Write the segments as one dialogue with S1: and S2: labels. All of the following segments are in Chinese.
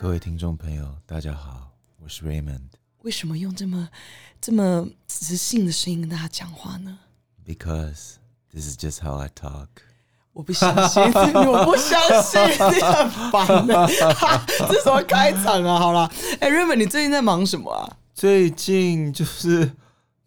S1: 各位听众朋友，大家好，我是 Raymond，because
S2: 为什么用这么这么磁性的声音跟大家讲话呢？
S1: this is just how I talk。
S2: 我不相信，我不相信，你很烦的、这是什么开场啊？好啦，哎、r a y m o n d 你最近在忙什么啊？
S1: 最近就是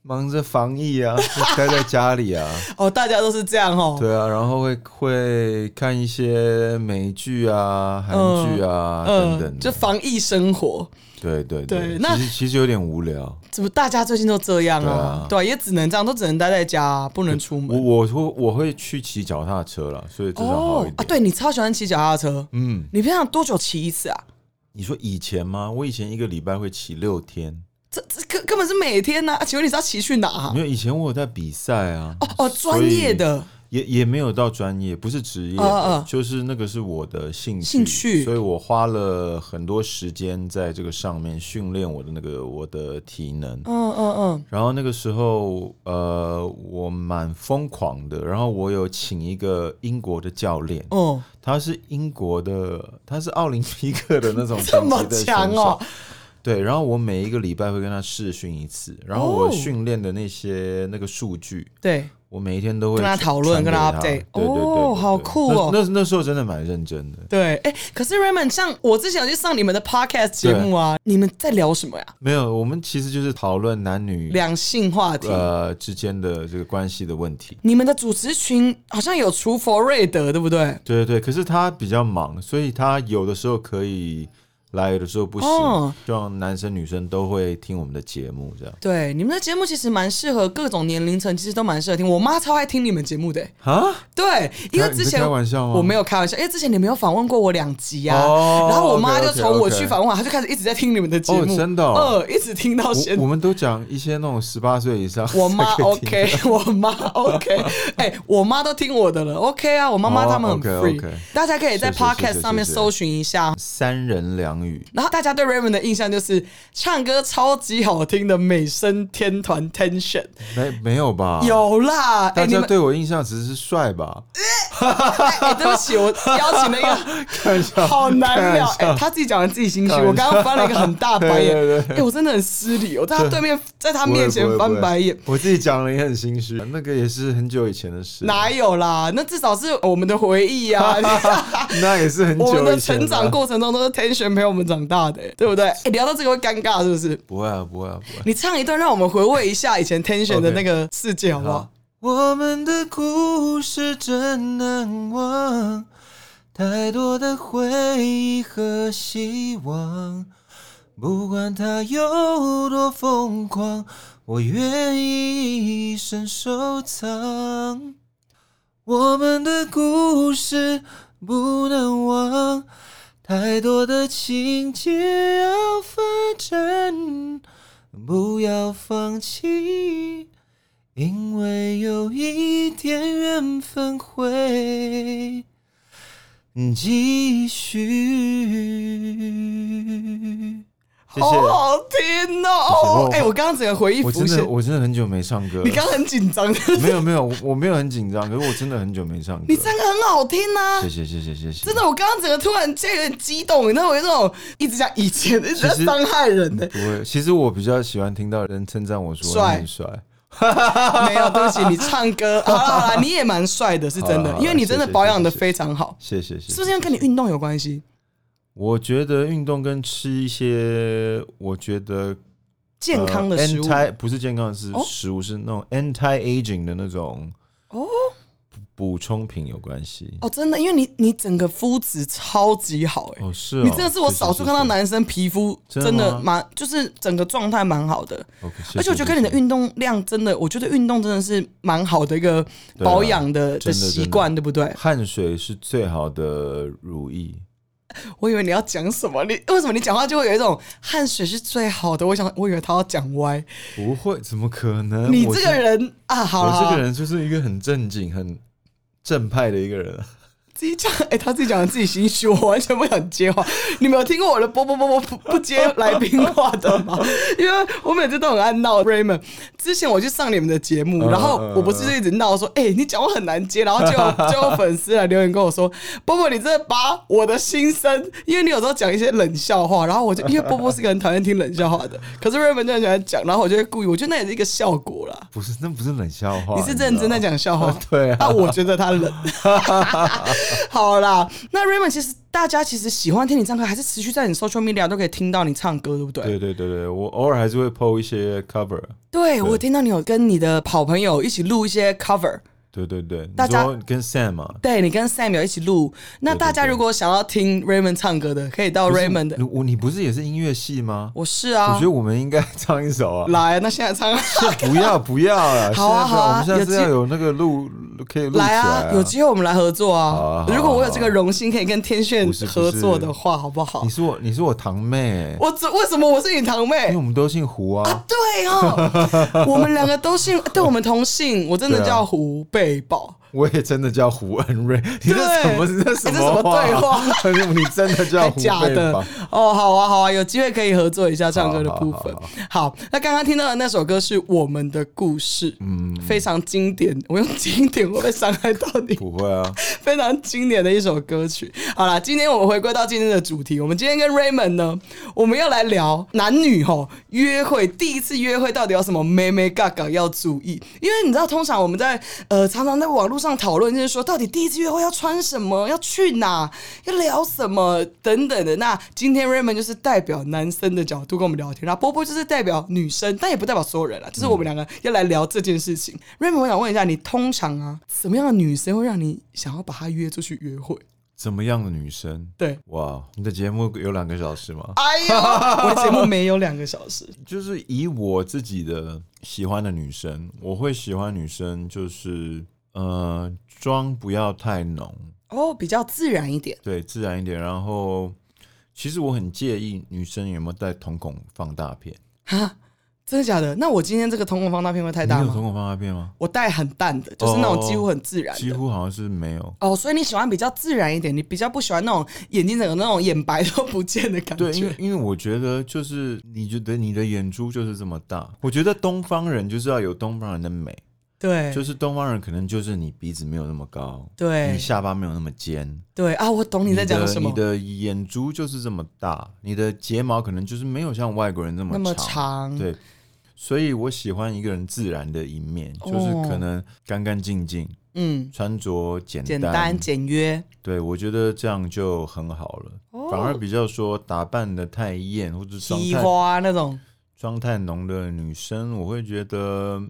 S1: 忙着防疫啊， 就待在家里啊，
S2: 哦，大家都是这样哦。
S1: 对啊，然后会会看一些美剧啊、韩剧啊、等等的，
S2: 嗯就防疫生活，
S1: 对对
S2: 对
S1: 对，
S2: 那
S1: 其实其实有点无聊。
S2: 怎么大家最近都这样啊？
S1: 对啊
S2: 对啊也只能这样，都只能待在家、啊，不能出
S1: 我
S2: 门。
S1: 我会我会去骑脚踏车啦，所以至少好一
S2: 啊，
S1: 点。
S2: 对你超喜欢骑脚踏车，
S1: 嗯，
S2: 你平常多久骑一次啊？
S1: 你说以前吗？我以前一个礼拜会骑六天，
S2: 这这根根本是每天呐、啊！请问你是要骑去哪、啊
S1: 没？有以前我有在比赛啊。
S2: 哦哦，专业的
S1: 也也没有到专业，不是职业的，
S2: 嗯嗯嗯
S1: 就是那个是我的兴趣，
S2: 兴趣
S1: 所以我花了很多时间在这个上面训练我的那个我的体能。
S2: 嗯嗯嗯，
S1: 然后那个时候，呃，我蛮疯狂的。然后我有请一个英国的教练，
S2: 哦，
S1: 他是英国的，他是奥林匹克的 那种
S2: 这么
S1: 等级的
S2: 强
S1: 选
S2: 哦
S1: 手。对，然后我每一个礼拜会跟他试训一次，然后
S2: 哦
S1: 我训练的那些那个数据，
S2: 对，
S1: 我每一天都会
S2: 跟他
S1: 去
S2: 讨
S1: 传
S2: 论跟他
S1: 给对
S2: update
S1: 对对
S2: 哦
S1: 对对
S2: 好酷哦
S1: 那那那时候真的蛮认真的，
S2: 对，哎、可是 Raymond，像我之前有去上你们的 podcast 节目啊，你们在聊什么呀？
S1: 没有，我们其实就是讨论男女
S2: 两性话题。
S1: 呃之间的这个关系的问题。
S2: 你们的主持群好像有除佛瑞德，对不对？
S1: 对对对，可是他比较忙，所以他有的时候可以来，有的时候不行。
S2: 哦
S1: 希望男生女生都会听我们的节目，这样
S2: 对，你们的节目其实蛮适合各种年龄层，其实都蛮适合听。我妈超爱听你们节目的、
S1: 啊？
S2: 对，因
S1: 开
S2: 为之
S1: 你在
S2: 前
S1: 开玩笑吗
S2: 我没有开玩笑，因为之前你们有访问过我两集啊，
S1: 哦
S2: 然后我妈就
S1: OK，OK，OK
S2: 从我去访问完，她就开始一直在听你们的节目，
S1: 哦真的哦
S2: 呃，一直听到现
S1: 我我们都讲一些那种十八岁以上才可以听，
S2: 我妈 OK，我 妈 OK，哎、 我妈都听我的了，OK 啊，我妈妈
S1: 哦
S2: 他们很 free，、
S1: OK，OK
S2: 大家可以在
S1: 是是是是
S2: Podcast
S1: 是
S2: 上面
S1: 是
S2: 搜寻一下。
S1: 三人两语，
S2: 然后大家对 Raymond 的印象就是唱歌超级好听的美声天团 Tension，、
S1: 没没有吧？。
S2: 有啦，哎、
S1: 哦大
S2: 你
S1: 家
S2: 们
S1: 对我印象只是帅 吧？
S2: 哎、对不 起，我邀请了一个
S1: 看一下，
S2: 好难聊，哎、
S1: 看一下
S2: 他自己讲完自己心虚，
S1: 开玩笑
S2: 我刚刚翻了一个很大白眼，
S1: 对对
S2: 哎、我真的很失礼，哦我在他对面，在他面前
S1: 不会不会
S2: 翻白眼
S1: 不，会我自己讲了也很心虚。那个也是很久以前的事，
S2: 哪有啦？那至少是我们的回忆 啊。
S1: 那也是很久以
S2: 我
S1: 前
S2: 们
S1: 了
S2: 的成长过程中都是 tension 陪我们长大的、对不对？哎、聊到这个会尴尬是不是？
S1: 不会啊，不会啊，不会。
S2: 你唱一段，让我们回味一下以前 tension 的
S1: OK
S2: 那个世界，好不好？
S1: 我们的故事真难忘，太多的回忆和希望。不管它有多疯狂，我愿意一生收藏。我们的故事不能忘，太多的情节要发展，不要放弃。因为有一天缘分会继续。谢谢
S2: 好好听哦！
S1: 谢
S2: 哦
S1: 我
S2: 哎、我刚刚整个回忆
S1: 我
S2: 浮
S1: 真
S2: 现
S1: 的，我真的很久没唱歌了。
S2: 你刚刚很紧张，
S1: 没有没有，我我没有很紧张，可是我真的很久没唱歌。
S2: 你唱歌很好听呐、
S1: 谢谢谢谢谢谢。
S2: 真的，我刚刚整个突然间有点激动，你知道我有那种一直讲以前，一直在
S1: 其实
S2: 伤害人 的、
S1: 不会，其实我比较喜欢听到人称赞我说我
S2: 帅
S1: 很帅。
S2: 没有，对不起，你唱 歌好了好了，你也蛮帅的，是真
S1: 好啦
S2: 的
S1: 好，啦
S2: 因为你真的
S1: 谢谢
S2: 保养的
S1: 谢谢
S2: 非常好，
S1: 谢谢谢谢。
S2: 是不是因为跟你运动有关系？
S1: 我觉得运动跟吃一些，我觉得
S2: 健康的食物、
S1: 呃、anti 不是健康的是
S2: 哦
S1: 食物，是那种 anti aging 的那种
S2: 哦
S1: 补充品有关系。
S2: 哦，真的，因为你你整个肤质超级好哎、
S1: 哦，是哦，
S2: 你真的是我少数看到男生皮肤
S1: 真的
S2: 真的
S1: 吗
S2: 蛮，就是整个状态蛮好的，
S1: 是，是是 OK，谢谢
S2: 而且我觉得跟你的
S1: 谢谢
S2: 运动量真的，我觉得运动真的是蛮好的一个
S1: 对啊
S2: 保养的
S1: 真的
S2: 习惯，对不对？
S1: 汗水是最好的乳液。
S2: 我以为你要讲什么，你为什么你讲话就会有一种汗水是最好的？我想我以为他要讲歪，
S1: 不会，怎么可能？
S2: 你
S1: 呃我
S2: 这
S1: 是
S2: 个人啊，好
S1: 我
S2: 好
S1: 这
S2: 好
S1: 个人就是一个很正经、很正派的一个人。
S2: 自己讲，哎、他自己讲的自己心虚，我完全不想接话。你没有听过我的波波波波不不接来宾话的吗？ 因为我每次都很爱闹 Raymond。之前我去上你们的节目，
S1: 嗯
S2: 然后我不是就一直闹说，哎、你讲话很难接，然后就有就有粉丝来留言跟我说，波波你真的把我的心声，因为你有时候讲一些冷笑话，然后我就因为波波是个很讨厌听冷笑话的，可是 Raymond 就很喜欢讲，然后我就会故意，我觉得那也是一个效果啦。
S1: 不是，那不是冷笑话，？
S2: 你是认真在讲笑话
S1: 对啊
S2: 但我觉得他 冷。好啦，那 Raymond，其实大家其实喜欢听你唱歌，还是持续在你 social media 都可以听到你唱歌，对不对？
S1: 对对对对，我偶尔还是会 PO 一些 cover。
S2: 对我听到你有跟你的好朋友一起录一些 cover。
S1: 对对对，你
S2: 大家
S1: 说跟 Sam 嘛，
S2: 对你跟 Sam 有一起录，那大家如果想要听 Raymond 唱歌的，可以到
S1: 不是
S2: Raymond 的。
S1: 你我你不是也是音乐系吗？
S2: 我是
S1: 我
S2: 啊
S1: 觉，得我们应该唱一首啊。
S2: 来，那现在唱，
S1: 不要不要了，
S2: 好
S1: 现
S2: 啊
S1: 在不要
S2: 好啊
S1: 我们现在
S2: 有
S1: 是
S2: 机
S1: 要有那个录可以录起
S2: 来啊，有机会我们来合作
S1: 好啊
S2: 啊
S1: 好。啊
S2: 如果我有这个荣幸可以跟天炫
S1: 不是不是
S2: 合作的话，好不好
S1: 你？是我你是我堂妹，
S2: 我怎为什么我是你堂妹
S1: 因为？我们都姓胡啊
S2: 啊，。对 哦，我们两个都姓，对，我们同姓，我真的
S1: 对啊
S2: 叫胡贝宝。
S1: 我也真的叫胡恩瑞，你这
S2: 对哎
S1: 什么你这
S2: 这
S1: 什
S2: 什么
S1: 么
S2: 对
S1: 话？ 你真的 叫
S2: 还
S1: 胡
S2: 哎假
S1: 贝
S2: 的
S1: 吧？
S2: 哦，好啊，好啊，有机会可以合作一下唱歌的部分
S1: 好好。
S2: 好，那刚刚听到的那首歌是《我们的故事》，嗯，非常经典。我用经典会不会伤害到你？
S1: 不会啊，
S2: 非常经典的一首歌曲。好啦，今天我们回归到今天的主题，我们今天跟 Raymond 呢，我们要来聊男女吼约会，第一次约会到底有什么妹妹嘎嘎要注意？因为你知道，通常我们在呃常常在网络上讨论，就是说到底第一次约会要穿什么，要去哪，要聊什么等等的。那今天 Raymond 就是代表男生的角度跟我们聊天，然后波波就是代表女生，但也不代表所有人啦，就是我们两个要来聊这件事情。Raymond，我想问一下，你通常啊，什么样的女生会让你想要把她约出去约会？
S1: 怎么样的女生？
S2: 对，
S1: 哇，你的节目有两个小时吗？
S2: 哎呦，我的节目没有两个小时，
S1: 就是以我自己的喜欢的女生，我会喜欢女生就是呃妆不要太浓，
S2: 哦，比较自然一点。
S1: 对，自然一点。然后其实我很介意女生有没有带瞳孔放大片，
S2: 哈，真的假的？那我今天这个瞳孔放大片会太
S1: 你
S2: 大
S1: 有
S2: 吗
S1: 瞳？孔放大片吗？
S2: 我戴很淡的，就是那种几乎很自然
S1: 几
S2: 的。
S1: 乎好像是没有。
S2: 哦，所以你喜欢比较自然一点，你比较不喜欢那种眼睛整个那种眼白都不见的感
S1: 对，因
S2: 觉
S1: 为。因为我觉得就是你觉得你的眼珠就是这么大，我觉得东方人就是要有东方人的美，
S2: 对，
S1: 就是东方人可能就是你鼻子没有那么高，
S2: 对
S1: 你下巴没有那么尖，
S2: 对啊，我懂你在讲什么
S1: 你。的你的眼珠就是这么大，你的睫毛可能就是没有像外国人那么
S2: 那么
S1: 长，
S2: 长，
S1: 对。所以我喜欢一个人自然的一面，
S2: 哦
S1: 就是可能干干净净，
S2: 嗯，
S1: 穿着简单，
S2: 简单简约，
S1: 对我觉得这样就很好了。
S2: 哦
S1: 反而比较说打扮的太艳或者妆
S2: 提
S1: 太
S2: 花那
S1: 嗯
S2: 种。
S1: 妆太浓的女生，我会觉得嘖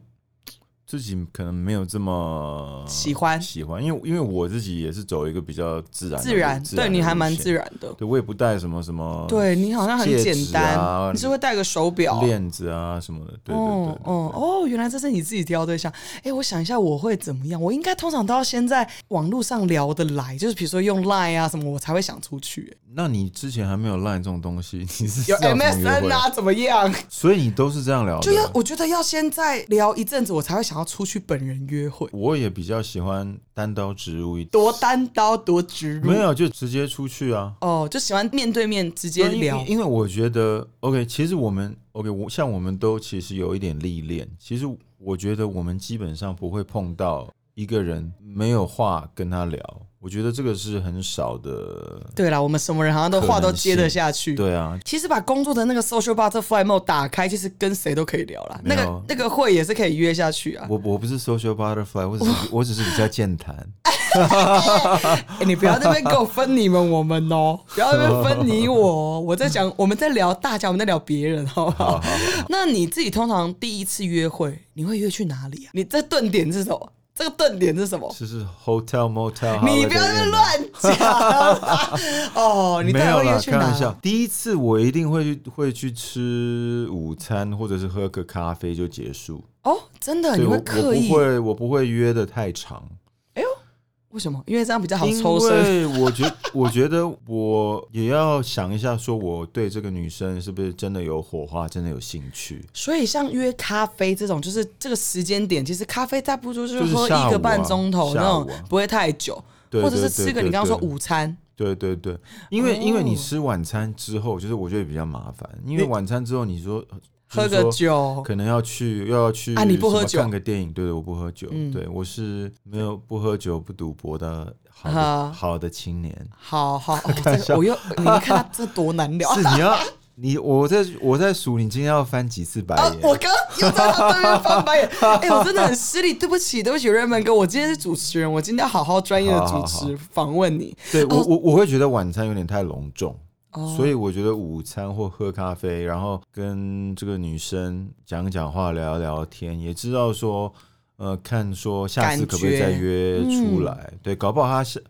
S1: 自己可能没有这么
S2: 喜欢
S1: 喜欢，因为因为我自己也是走一个比较自然的
S2: 自然，
S1: 的
S2: 对你还蛮
S1: 路线
S2: 自然的。
S1: 对我也不戴什么什么，
S2: 对你好像很
S1: 戒
S2: 简
S1: 指
S2: 单，
S1: 啊
S2: 你是会戴个手表。
S1: 链子啊什么的，对对对
S2: 哦
S1: 对
S2: 哦哦，原来这是你自己挑对象。哎，我想一下，我会怎么样？我应该通常都要先在网络上聊得来，就是比如说用 Line 啊什么，我才会想出去。
S1: 那你之前还没有 Line 这种东西，你是
S2: 有
S1: 要怎么约
S2: MSN
S1: 会
S2: 啊，，怎么样？
S1: 所以你都是这样聊的
S2: 就。要我觉得要先在聊一阵子，我才会想要出去本人约会，
S1: 我也比较喜欢单刀直入一点，
S2: 多单刀多直入
S1: 没。有就直接出去啊。
S2: 哦，就喜欢面对面直接
S1: 因为
S2: 聊。
S1: 因为我觉得 OK，其实我们 OK，我像我们都其实有一点历练，其实我觉得我们基本上不会碰到一个人没有话跟他聊，我觉得这个是很少的。
S2: 对啦，我们什么人好像都话都接得下去。
S1: 对啊，
S2: 其实把工作的那个 social butterfly mode 打开，其实跟谁都可以聊啦。
S1: 没
S2: 那
S1: 有
S2: 个那个会也是可以约下去啊。
S1: 我我不是 social butterfly，我只是我只是比较健谈。
S2: 哎欸你不要在那边给我分你们我们哦，不要在那边分你我哦、我在讲，我们在聊大家，我们在聊别人，好不好？ 那你自己通常第一次约会，你会约去哪里啊？你这顿点是什么？这个顿点是什么？
S1: 就是 hotel motel，
S2: 你不要在
S1: holiday inn 啊。
S2: 那边乱讲啦 哦！你到
S1: 没
S2: 底
S1: 有
S2: 会
S1: 啦，
S2: 约去
S1: 开
S2: 哪
S1: 玩？笑。第一次我一定会去会去吃午餐，或者是喝个咖啡就结束。
S2: 哦，真的，
S1: 对
S2: 你
S1: 我
S2: 会
S1: 我
S2: 刻意
S1: 不？会我不会约的太长，
S2: 为什么？因为这样比较好
S1: 因
S2: 抽身。
S1: 为我觉我觉得我也要想一下，说我对这个女生是不是真的有火花，真的有兴趣。
S2: 所以像约咖啡这种，就是这个时间点，其实咖啡大不多就是
S1: 就是
S2: 喝
S1: 下午啊
S2: 一个半钟头
S1: 下
S2: 那
S1: 午啊
S2: 种，不会太久。
S1: 对
S2: 或者是
S1: 对
S2: 吃
S1: 对
S2: 个
S1: 对
S2: 你刚刚说
S1: 对
S2: 午餐，
S1: 对对对，因为、因为
S2: 哦
S1: 你吃晚餐之后，就是我觉得比较麻烦，因为
S2: 你
S1: 晚餐之后你说呃
S2: 喝
S1: 就是
S2: 个
S1: 说
S2: 酒，
S1: 可能要去又要去
S2: 哦啊你不
S1: 什么
S2: 喝酒
S1: 看个电影，对对，我不喝酒，
S2: 嗯
S1: 对我是没有不喝酒不赌博的好的、
S2: 啊
S1: 好的青年。
S2: 好好，哦、这个我又你看他这多难聊。
S1: 是你要你我在我在数你今天要翻几次白
S2: 啊！
S1: 眼，
S2: 我刚刚又在他对面 翻白眼，哎、我真的很失礼，对不起，对不起，Raymond 哥，我今天是主持人，我今天要好好专业的主
S1: 好好
S2: 持访问你。
S1: 对我我我会觉得晚餐有点太隆重。
S2: 哦
S1: 所以我觉得午餐或喝咖啡，然后跟这个女生讲讲话、聊聊天，也知道说，呃，看说下次可不可以再
S2: 感觉嗯
S1: 约出来。对，搞不好他是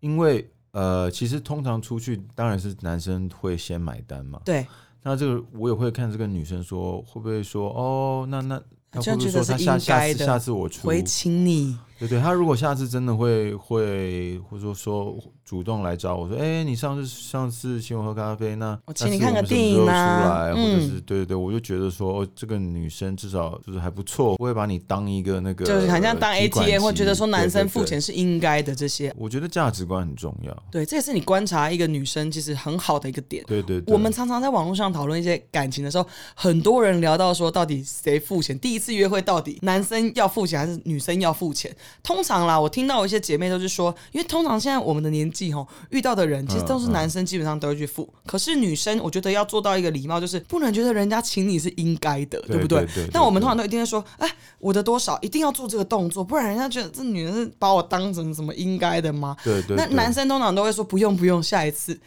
S1: 因为呃，其实通常出去当然是男生会先买单嘛。
S2: 对，
S1: 那这个我也会看这个女生说会不会说哦，那那她
S2: 这
S1: 会
S2: 样
S1: 不会
S2: 觉得
S1: 说
S2: 是
S1: 她下下
S2: 应该的
S1: 次下次我出
S2: 回请你，
S1: 对对，他如果下次真的会会，或者说说主动来找我说，哎、你上次上次请我喝咖啡，那那
S2: 我请你
S1: 次
S2: 看
S1: 我
S2: 个
S1: 们什么
S2: 电
S1: 时候
S2: 影啊
S1: 出来，或者
S2: 嗯
S1: 是对对对，我就觉得说、哦这个女生至少就是还不错，不会把你当一个那个
S2: 就是好像当
S1: 呃提款
S2: ATM 或
S1: 机
S2: 觉得说男生付。
S1: 对
S2: 钱
S1: 对对
S2: 是应该的这些。
S1: 我觉得价值观很重要，
S2: 对，这也是你观察一个女生其实很好的一个点。
S1: 对对对，
S2: 我们常常在网络上讨论一些感情的时候，很多人聊到说，到底谁付钱？第一次约会到底男生要付钱还是女生要付钱？通常啦，我听到一些姐妹都是说，因为通常现在我们的年纪吼，遇到的人其实都是男生，基本上都会去付。可是女生，我觉得要做到一个礼貌，就是不能觉得人家请你是应该的，
S1: 对
S2: 不对
S1: 对对对？
S2: 但我们
S1: 对
S2: 通常都一定会说，哎，我的多少一定要做这个动作，不然人家觉得这女人是把我当成什么应该的吗？
S1: 对对
S2: 那
S1: 对
S2: 男生通常都会说不用不用，下一次。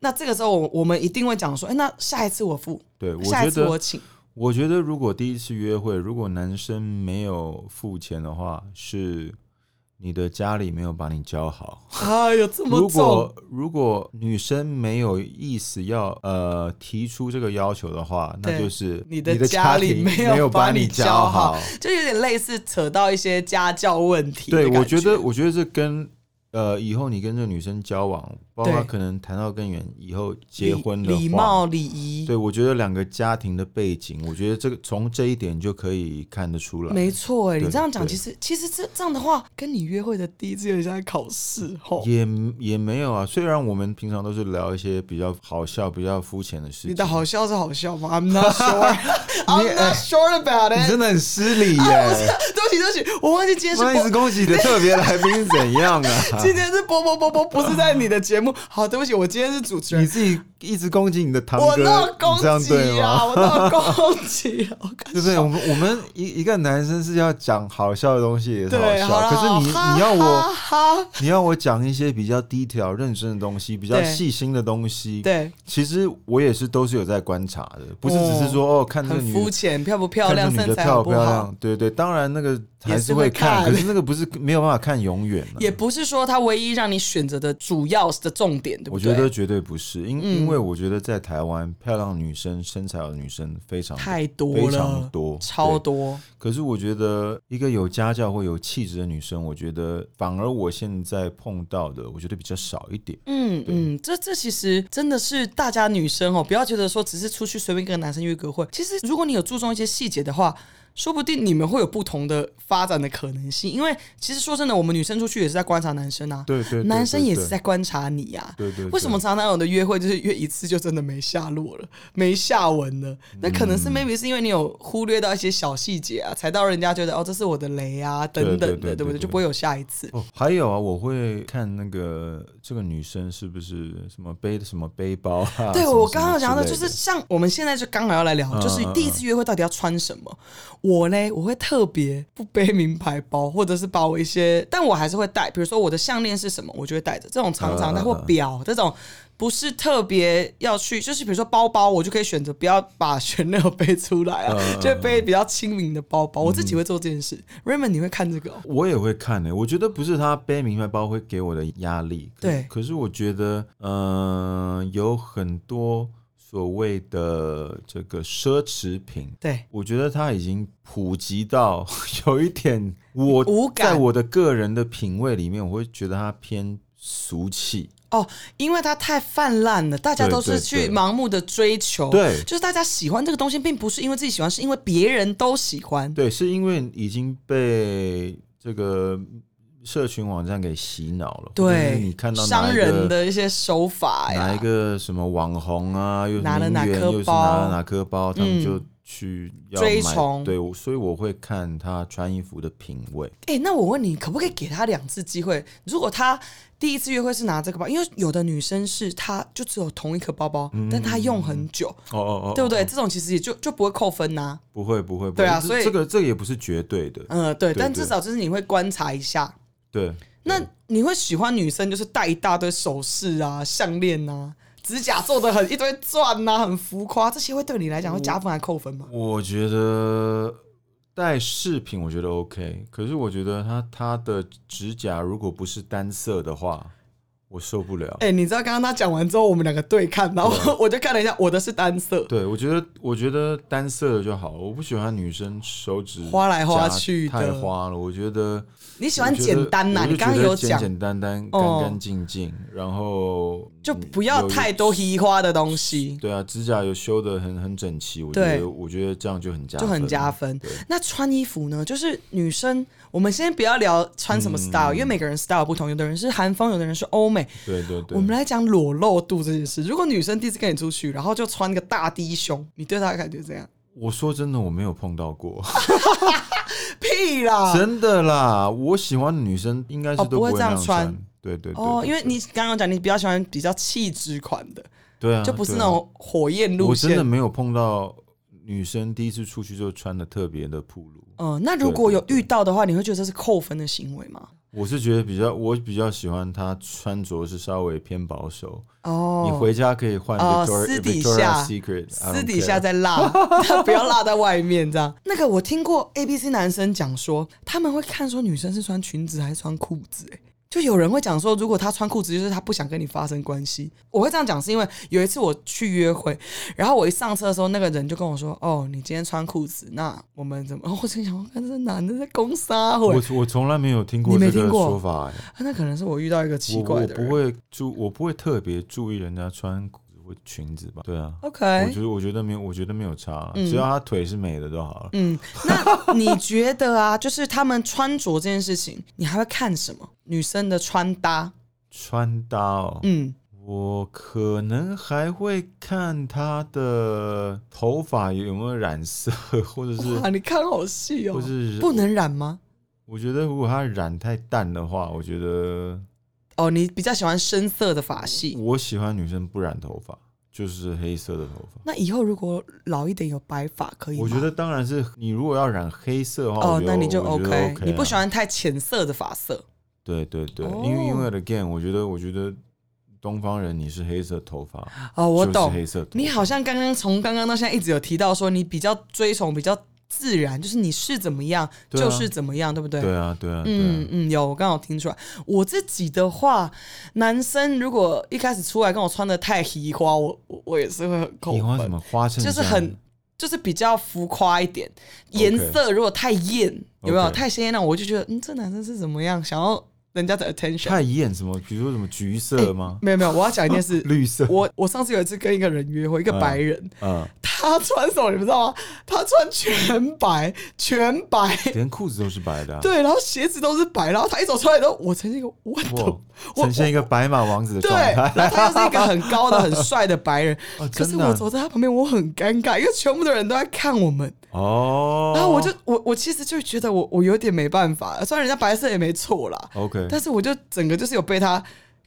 S2: 那这个时候我我们一定会讲说，哎、那下一次我付，
S1: 对，我
S2: 下
S1: 觉
S2: 一次
S1: 得
S2: 我请，
S1: 我觉得如果第一次约会，如果男生没有付钱的话，是你的家里没有把你教好。
S2: 啊，有这么
S1: 如
S2: 重
S1: 果如果女生没有意思要呃提出这个要求的话，那
S2: 对
S1: 就是
S2: 你的
S1: 的
S2: 家里
S1: 庭
S2: 没有
S1: 有
S2: 把
S1: 把
S2: 你
S1: 教
S2: 教好。就有点类似扯到一些家教问题的
S1: 对，
S2: 感。
S1: 我觉得我觉得这跟呃以后你跟这个女生交往，包括
S2: 对
S1: 可能谈到更远以后结
S2: 礼
S1: 婚的
S2: 礼
S1: 话。
S2: 貌礼仪
S1: 对，，我觉得两个家庭的背景，我觉得这个从这一点就可以看得出来。
S2: 没错哎、
S1: 对
S2: 你这样讲，
S1: 对
S2: 其实其实这这样的话，跟你约会的第一次有点像在考试吼。
S1: 也也没有啊，虽然我们平常都是聊一些比较好笑、比较肤浅的事情，
S2: 你的好笑是好笑吗？I'm not sure. I'm not sure about
S1: 你
S2: it.
S1: 真的很失礼耶！
S2: 啊对不起，对不起，我忘记 今天是
S1: 那一直
S2: 播，
S1: 恭喜你的特别来宾是怎样啊？
S2: 今天是播播播播，不是在你的节目。好，对不起，我今天是主持人
S1: 你。自己一直攻击你的堂
S2: 我
S1: 哥，
S2: 闹
S1: 你这
S2: 攻
S1: 样
S2: 击
S1: 对
S2: 啊！
S1: 吗？
S2: 我闹攻击、 啊！我看
S1: 对不对？我们我们一一个男生是要讲好笑的东西也是
S2: 对，好
S1: 笑，
S2: 啦
S1: 可是你
S2: 哈
S1: 你要
S2: 哈
S1: 我
S2: 哈，
S1: 你要我讲一些比较低调、认真的东西，比较
S2: 对
S1: 细心的东西。
S2: 对，
S1: 其实我也是都是有在观察的，不是只是说哦看这个
S2: 很
S1: 女
S2: 肤浅，漂不漂
S1: 看这
S2: 亮，
S1: 女
S2: 身
S1: 的
S2: 材
S1: 漂
S2: 好
S1: 不
S2: 不
S1: 漂
S2: 好，
S1: 亮？对对，当然那个还
S2: 也是
S1: 是
S2: 会
S1: 会看，
S2: 看
S1: 可是那个不是没有办法看永远啊。
S2: 也不是说他唯一让你选择的主要的重点，对不
S1: 我
S2: 对？嗯
S1: 觉得绝对不是，因、因为我觉得在台湾，漂亮女生、身材好的女生非常
S2: 太多了，
S1: 非常多，
S2: 超
S1: 对。
S2: 多。
S1: 可是我觉得一个有家教或有气质的女生，我觉得反而我现在碰到的，我觉得比较少一点。
S2: 嗯嗯，这这其实真的是大家女生哦，不要觉得说只是出去随便跟个男生约个会，其实如果你有注重一些细节的话。说不定你们会有不同的发展的可能性，因为其实说真的，我们女生出去也是在观察男生啊，
S1: 对对对
S2: 男生
S1: 对
S2: 也
S1: 对
S2: 是在观察你呀、
S1: 对对对
S2: 为什么常常有的约会就是约一次就真的没下落了，没下文了？那可能
S1: 嗯
S2: 是 maybe 是因为你有忽略到一些小细节啊，才到人家觉得哦这是我的雷啊等等
S1: 对
S2: 的，
S1: 对对
S2: 不对？
S1: 对对
S2: 就不会有下一次。
S1: 哦，还有啊，我会看那个这个女生是不是什么背什么背包啊？
S2: 对，
S1: 什么
S2: 我
S1: 什
S2: 刚
S1: 么
S2: 刚
S1: 之
S2: 讲的
S1: 类
S2: 就是像我们现在就刚好要来聊，
S1: 嗯
S2: 就是第一次约会到底要穿什么？我呢，我会特别不背名牌包，或者是把我一些，但我还是会带，比如说我的项链是什么，我就会带着这种长长
S1: 嗯
S2: 的
S1: 嗯嗯
S2: 或表这种。不是特别要去，就是比如说包包，我就可以选择不要把 选料背出来啊，
S1: 嗯嗯嗯
S2: 就背比较亲民的包包。我自己会做这件事。Raymond，你会看这个、哦？
S1: 我也会看欸的、我觉得不是他背名牌包会给我的压力，可
S2: 对
S1: 可是我觉得，嗯、有很多所谓的这个奢侈品，
S2: 对，
S1: 我觉得它已经普及到 有一点我
S2: 无感
S1: 在我的个人的品味里面，我会觉得它偏俗气。
S2: 哦，因为它太泛滥了，大家
S1: 对
S2: 都是
S1: 对
S2: 去
S1: 对
S2: 盲目的追求，
S1: 对
S2: 就是大家喜欢这个东西，并不是因为自己喜欢，是因为别人都喜欢，
S1: 对，是因为已经被这个社群网站给洗脑了。或者是
S2: 对，
S1: 你看到哪
S2: 商
S1: 一
S2: 人
S1: 个
S2: 的一些手法呀，
S1: 哪一个什么网红啊，又是
S2: 拿了哪
S1: 名媛
S2: 颗
S1: 又是
S2: 包
S1: 拿了哪颗包，他
S2: 嗯
S1: 们就去要
S2: 追
S1: 买
S2: 崇
S1: 对，我所以我会看他穿衣服的品味。
S2: 哎、那我问你，可不可以给他两次机会？如果他第一次约会是拿这个包，因为有的女生是她就只有同一个包包，但她用很久，
S1: 嗯哦哦哦，
S2: 对不对？这种其实也就就不会扣分呐、
S1: 不会不会，不
S2: 对啊
S1: 会这
S2: 所以
S1: 这个这个也不是绝对的，
S2: 嗯、对。
S1: 对
S2: 但
S1: 对
S2: 至少就是你会观察一下。
S1: 对。
S2: 那你会喜欢女生就是戴一大堆首饰啊、项链啊、指甲做的很一堆钻呐、很浮夸，这些会对你来讲会加分还扣分吗？
S1: 我觉得带饰品，我觉得 OK，可是我觉得他他的指甲如果不是单色的话，我受不了。
S2: 哎、你知道刚刚他讲完之后，我们两个对看，然后我就看了一下，我的是单色，
S1: 对，我觉得我觉得单色的就好了，我不喜欢女生手指
S2: 花来花
S1: 甲
S2: 去的
S1: 太花了。我觉得
S2: 你
S1: 我
S2: 喜欢
S1: 觉
S2: 简
S1: 得
S2: 单呐、
S1: 我就
S2: 你刚刚
S1: 觉得
S2: 有
S1: 简
S2: 讲。
S1: 简单单、
S2: 哦
S1: 干干净净，然后
S2: 就
S1: 嗯
S2: 不要
S1: 有
S2: 太多稀花的东西，
S1: 对啊，指甲有修的很很整齐，我觉
S2: 对
S1: 得我觉得这样就很加
S2: 就很
S1: 分
S2: 加分
S1: 对。
S2: 那穿衣服呢？就是女生，我们先不要聊穿什么 style，、因为每个人 style 不同，有的人是韩风，有的人是欧美。
S1: 对对对，
S2: 我们来讲裸露度这件事。如果女生第一次跟你出去，然后就穿个大低胸，你对她的感觉怎样？
S1: 我说真的，我没有碰到过。
S2: 啊屁啦！
S1: 真的啦，我喜欢的女生应该是
S2: 哦
S1: 都
S2: 不会
S1: 会
S2: 这样
S1: 那穿。
S2: 穿
S1: 对对对，
S2: 哦，
S1: 对
S2: 因为你刚刚讲你比较喜欢比较气质款的，
S1: 对啊，
S2: 就不是
S1: 对
S2: 那
S1: 啊、
S2: 种火焰路
S1: 我真的
S2: 线。
S1: 没有碰到女生第一次出去就穿的特别的暴露。
S2: 嗯，那如果有遇到的话，你会觉得这是扣分的行为吗？
S1: 我是觉得比较，我比较喜欢她穿着是稍微偏保守。
S2: 哦，
S1: 你回家可以换
S2: 哦
S1: Victoria、
S2: 私底
S1: Victoria
S2: 下
S1: Secret，
S2: 私底下再 辣，不要辣在外面这样。那个我听过 A B C 男生讲说，他们会看说女生是穿裙子还是穿裤子、欸，就有人会讲说，如果她穿裤子，就是她不想跟你发生关系。我会这样讲，是因为有一次我去约会，然后我一上车的时候，那个人就跟我说：“哦，你今天穿裤子，那我们怎么？”哦、我心想，看这男的在攻杀
S1: 我
S2: 我，
S1: 我从来没有听过
S2: 你没
S1: 这个
S2: 听过
S1: 说法、哎
S2: 那可能是我遇到一个奇
S1: 我
S2: 怪
S1: 我
S2: 的
S1: 不
S2: 人。
S1: 会注，我不会特别注意人家穿裤子或裙子吧？对啊。我
S2: OK，
S1: 觉得，我觉得没有，我觉得没有差啦，
S2: 嗯
S1: 只要她腿是美的就好了。
S2: 嗯，那你觉得啊，就是他们穿着这件事情，你还会看什么？女生的穿搭，
S1: 穿搭哦，
S2: 嗯，
S1: 我可能还会看她的头发有没有染色，或者是，
S2: 哇，你看好细
S1: 或
S2: 哦，
S1: 是
S2: 不能染吗？
S1: 我觉得如果她染太淡的话，我觉得
S2: 哦，你比较喜欢深色的发系，
S1: 我喜欢女生不染头发，就是黑色的头发。
S2: 那以后如果老一点有白发可以吗？
S1: 我觉得当然是你如果要染黑色的话，我
S2: 哦，
S1: 觉得
S2: 那你就
S1: 我觉得 OK，
S2: 你不喜
S1: 啊？
S2: 欢太浅色的发色，
S1: 对对对，
S2: 哦
S1: 因为因为 again，我觉得我觉得东方人你是黑色头发，
S2: 哦，我
S1: 就是
S2: 懂。
S1: 黑色头发
S2: 你好像刚刚从刚刚到现在一直有提到说，你比较追崇比较自然，就是你是怎么样
S1: 对啊
S2: 就是怎么样，对不对？
S1: 对啊对啊对啊
S2: 嗯，嗯，有，我刚好听出来。我自己的话，男生如果一开始出来跟我穿的太嘻花，我我我也是会很扣
S1: 你欢什
S2: 分，
S1: 么花衬
S2: 就
S1: 衫？
S2: 是很就是比较浮夸一点，颜色如果太艳有没有
S1: OK
S2: 太鲜艳那我就觉得嗯，这男生是怎么样，想要人家的 attention？
S1: 太艳什么？比如说什么橘色吗？。
S2: 没有没有，我要讲一件事
S1: 绿色？
S2: 哎我我上次有一次跟一个人约会，一个白人，
S1: 嗯，
S2: 他穿什么你们知道吗？他穿全白，全白，
S1: 连裤子都是白的、啊。，
S2: 对，然后鞋子都是白，然后他一走出来之后，我呈现一个我
S1: 哇
S2: 的，，我
S1: 呈现一个白马王子的
S2: 对，
S1: 状态。，
S2: 然后他又是一个很高的、很帅的白人
S1: 哦
S2: 可是
S1: 真的啊
S2: 我走在他旁边，我很尴尬，因为全部的人都在看我们，
S1: 哦，
S2: 然后我就我我其实就觉得我我有点没办法，虽然人家白色也没错啦，
S1: OK，
S2: 但是我就整个就是有被他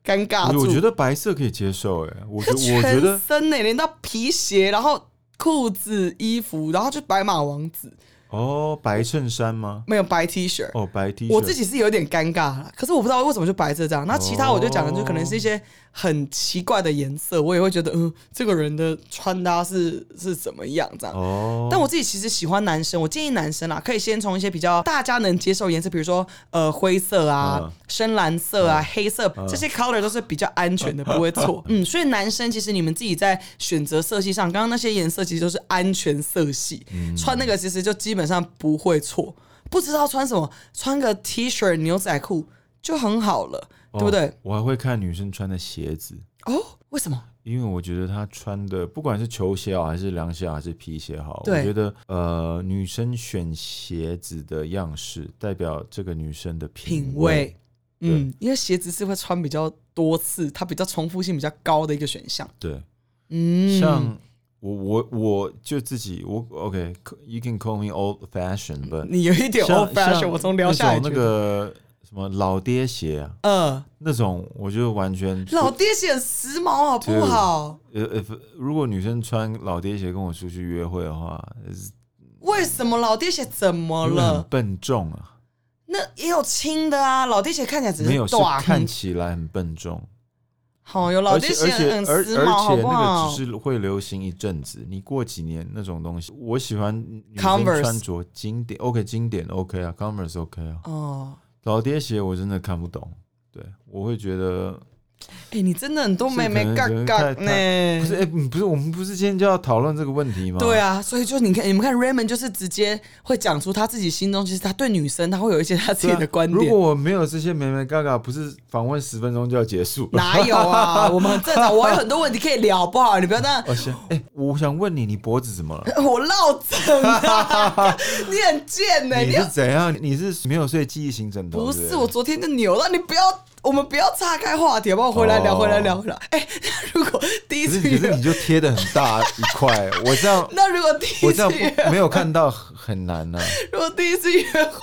S2: 尴尬
S1: 我
S2: 住。
S1: 我觉得白色可以接受哎，我觉
S2: 他
S1: 我觉
S2: 全
S1: 得
S2: 身呢、连到皮鞋，然后裤子、衣服，然后就白马王子，
S1: 哦，白衬衫吗？
S2: 没有白 T 恤。
S1: 哦，白 T 恤，
S2: 我自己是有点尴尬啦，可是我不知道为什么就白色这样。那其他我就讲的就可能是一些很奇怪的颜色，我也会觉得，嗯，这个人的穿搭是是怎么样这样。
S1: 哦，
S2: 但我自己其实喜欢男生，我建议男生啦，可以先从一些比较大家能接受的颜色，比如说呃灰色啊、
S1: 嗯
S2: 深蓝色啊、黑色、这些 color 都是比较安全的，不会错。 嗯，所以男生其实你们自己在选择色系上，刚刚那些颜色其实都是安全色系，
S1: 嗯
S2: 穿那个其实就基本上不会错。不知道穿什么，穿个 T 恤、牛仔裤就很好了，
S1: 哦
S2: 对不对？？
S1: 我还会看女生穿的鞋子。
S2: 哦，为什么？
S1: 因为我觉得她穿的，不管是球鞋好，还是凉鞋好，还是皮鞋好，我
S2: 对
S1: 觉得呃，女生选鞋子的样式代表这个女生的
S2: 品
S1: 味。
S2: 味嗯，因为鞋子是会穿比较多次，它比较重复性比较高的一个选项。
S1: 对，
S2: 嗯，
S1: 像我我我就自己我 OK，you、can call me old fashioned，but
S2: 你 有一点
S1: 像
S2: old fashion，
S1: 像
S2: 我从聊下来
S1: 那种那
S2: 觉得，
S1: 个什么老爹鞋啊，
S2: 呃，
S1: 那种我就完全
S2: 老爹鞋很时髦好不好？
S1: 呃呃，如果女生穿老爹鞋跟我出去约会的话，是
S2: 为什么老爹鞋怎么
S1: 因为很
S2: 了？
S1: 笨重啊，
S2: 那也有轻的啊，老爹鞋看起来只
S1: 没有是
S2: 短，
S1: 看起来很笨重，
S2: 好有老
S1: 而
S2: 爹
S1: 且
S2: 鞋
S1: 而
S2: 很
S1: 且而
S2: 时髦，好
S1: 而且
S2: 不
S1: 那
S2: 好
S1: 个只？是会流行一阵子，你过几年那种东西，我喜欢女生
S2: Converse
S1: 穿着经典，OK 经典 OK 啊，Converse OK 啊，
S2: 哦，
S1: 老爹鞋我真的看不懂，对我会觉得
S2: 哎、你真的很多
S1: 是
S2: 妹妹
S1: 可能
S2: 嘎
S1: 觉得太
S2: 嘎
S1: 不是，
S2: 呢。
S1: 哎、嗯不是，我们不是今天就要讨论这个问题吗？
S2: 对，啊，所以就你看，你们看 Raymond 就是直接会讲出他自己心中，其实他对女生他会有一些他自己的观
S1: 啊如
S2: 点。
S1: 果我没有这些美美嘎嘎，不是访问十分钟就要结束了？
S2: 哪有啊？我们很正常，我有很多问题可以聊，好不好？你不要那样
S1: 哦，行，哎、我想问你，你脖子怎么 了？
S2: 我落枕啊！ 你很贱呢、
S1: 你
S2: 你
S1: 是怎样？你是没有睡记忆型枕头？
S2: 不
S1: 对
S2: 是
S1: 对
S2: 我昨天就扭到，你不要，我们不要岔开话题，好不好？回来聊，
S1: 哦
S2: 回来聊， 回来。哎、如果第一
S1: 可是
S2: 次
S1: 可是
S2: 约
S1: 你，就贴的很大一块， 我这样
S2: 那如果第
S1: 我
S2: 一
S1: 这样
S2: 次约，
S1: 不没有看到很难啊 呢、
S2: 如果第一次约会，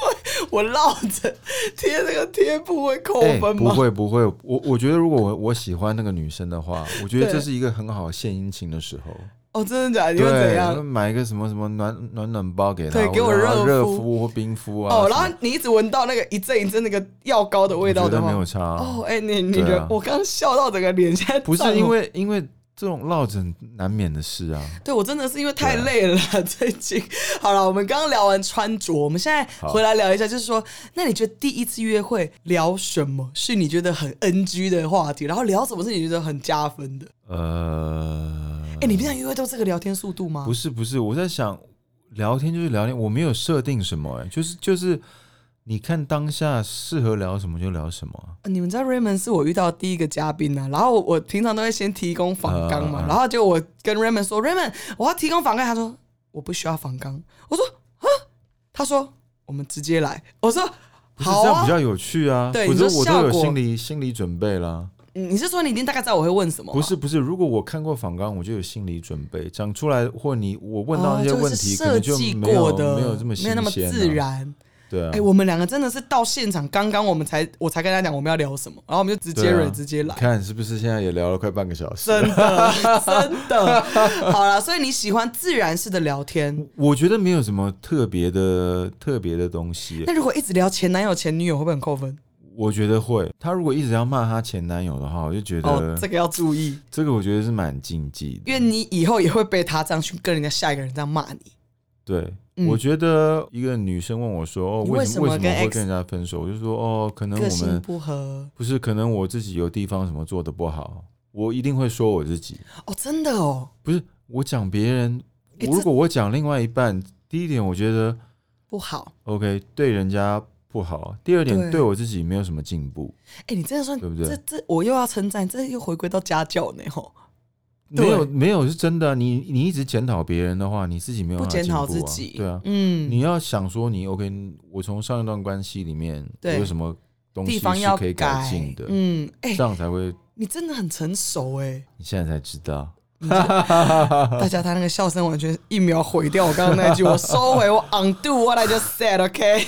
S2: 我落枕贴这个贴布会扣
S1: 哎、
S2: 分
S1: 不
S2: 吗？
S1: 会不会，我我觉得如果我我喜欢那个女生的话，我觉得
S2: 对
S1: 这是一个很好献殷勤的时候。
S2: 哦，真的假的？你
S1: 对，
S2: 会怎样？
S1: 买一个什么什么暖暖暖包给他，
S2: 对给我
S1: 或者让他
S2: 热
S1: 热
S2: 敷
S1: 敷或冰敷啊什么。
S2: 哦，然后你一直闻到那个一阵一阵那个药膏的味道
S1: 我觉
S2: 的
S1: 得没
S2: 话
S1: 有，差、
S2: 哦，哎、你你
S1: 对
S2: 觉
S1: 啊
S2: 得、我刚笑到整个脸现在
S1: 不是
S2: 胀
S1: 因
S2: 了
S1: 为因为这种落枕难免的事啊。
S2: 对我真的是因为太累了啦，最近。 好了，我们刚刚聊完穿着，我们现在回来聊一下，就是说，那你觉得第一次约会聊什么是你觉得很 NG 的话题？然后聊什么是你觉得很加分的？
S1: 呃，
S2: 哎、你平常约会都这个聊天速度吗？
S1: 不是不是，我在想聊天就是聊天，我没有设定什么、哎，就是就是你看当下适合聊什么就聊什么啊。
S2: 你们知道 Raymond 是我遇到的第一个嘉宾啊，然后我我平常都会先提供访纲嘛，
S1: 嗯嗯嗯
S2: 然后就我跟 Raymond 说，Raymond 我要提供访纲，他说我不需要访纲，我说啊，他说我们直接来，我说
S1: 不是
S2: 好
S1: 这样
S2: 啊
S1: 比，较有趣啊！
S2: 对
S1: 我
S2: 你
S1: 都
S2: 说
S1: 我都
S2: 效
S1: 有
S2: 果
S1: 心理心理准备啦。
S2: 嗯你是说你一定大概知道我会问什么？
S1: 不是不是，如果我看过访纲，我就有心理准备，讲出来或你我问
S2: 哦
S1: 到那些
S2: 就
S1: 问
S2: 是
S1: 题，可
S2: 设
S1: 能就
S2: 计
S1: 没有
S2: 过的，
S1: 没有这么
S2: 没有那么
S1: 新鲜啊
S2: 自。然。
S1: 对啊，
S2: 哎、我们两个真的是到现场，刚刚我们才我才跟他讲我们要聊什么，然后我们就直接
S1: 对
S2: 蕊、
S1: 啊
S2: 直接
S1: 你
S2: 来，啊
S1: 看是不是现在也聊了快半个小时？
S2: 真的 真的。好了，所以你喜欢自然式的聊天。
S1: 我觉得没有什么特别的特别的东西
S2: 那，如果一直聊前男友前女友会不会很扣分？
S1: 我觉得会。她如果一直要骂她前男友的话，我就觉
S2: 哦
S1: 得，
S2: 这个要注意，
S1: 这个我觉得是蛮禁忌的。
S2: 因为你以后也会被他这样去跟人家下一个人这样骂你。
S1: 对，
S2: 嗯
S1: 我觉得一个女生问我说，哦，
S2: 你
S1: 为
S2: 为
S1: 什
S2: 什
S1: 么为
S2: 么
S1: 什
S2: 跟
S1: 么会
S2: X-
S1: 跟人家分手？我就说，哦，可能
S2: 个
S1: 我
S2: 性
S1: 们
S2: 不合
S1: 不是，可能我自己有地方什么做的不好，我一定会说我自己。
S2: 哦，真的哦，
S1: 不是我讲别人，
S2: 诶
S1: 我如
S2: 这
S1: 果我讲另外一半，第一点我觉得
S2: 不好。
S1: OK 对人家不好，第二点
S2: 对
S1: 对我自己没有什么进步。
S2: 哎、你真的说，
S1: 对不对
S2: 这这我又要称赞，这又回归到家教呢吼。对
S1: 没有没有是真的啊、你你一直检讨别人的话，你自己没有
S2: 不
S1: 办法
S2: 检讨
S1: 进
S2: 自
S1: 步啊
S2: 己，
S1: 对啊，
S2: 嗯，
S1: 你要想说你 OK，我从上一段关系里面我
S2: 对
S1: 有什么东
S2: 地
S1: 西
S2: 方
S1: 是
S2: 要
S1: 可以改进的，
S2: 嗯，哎、
S1: 这样才会
S2: 你真的很成熟哎、
S1: 你现在才知道。
S2: 大家他那个笑声完全一秒毁掉我刚刚那一句，我收回我 undo what I just said，OK？、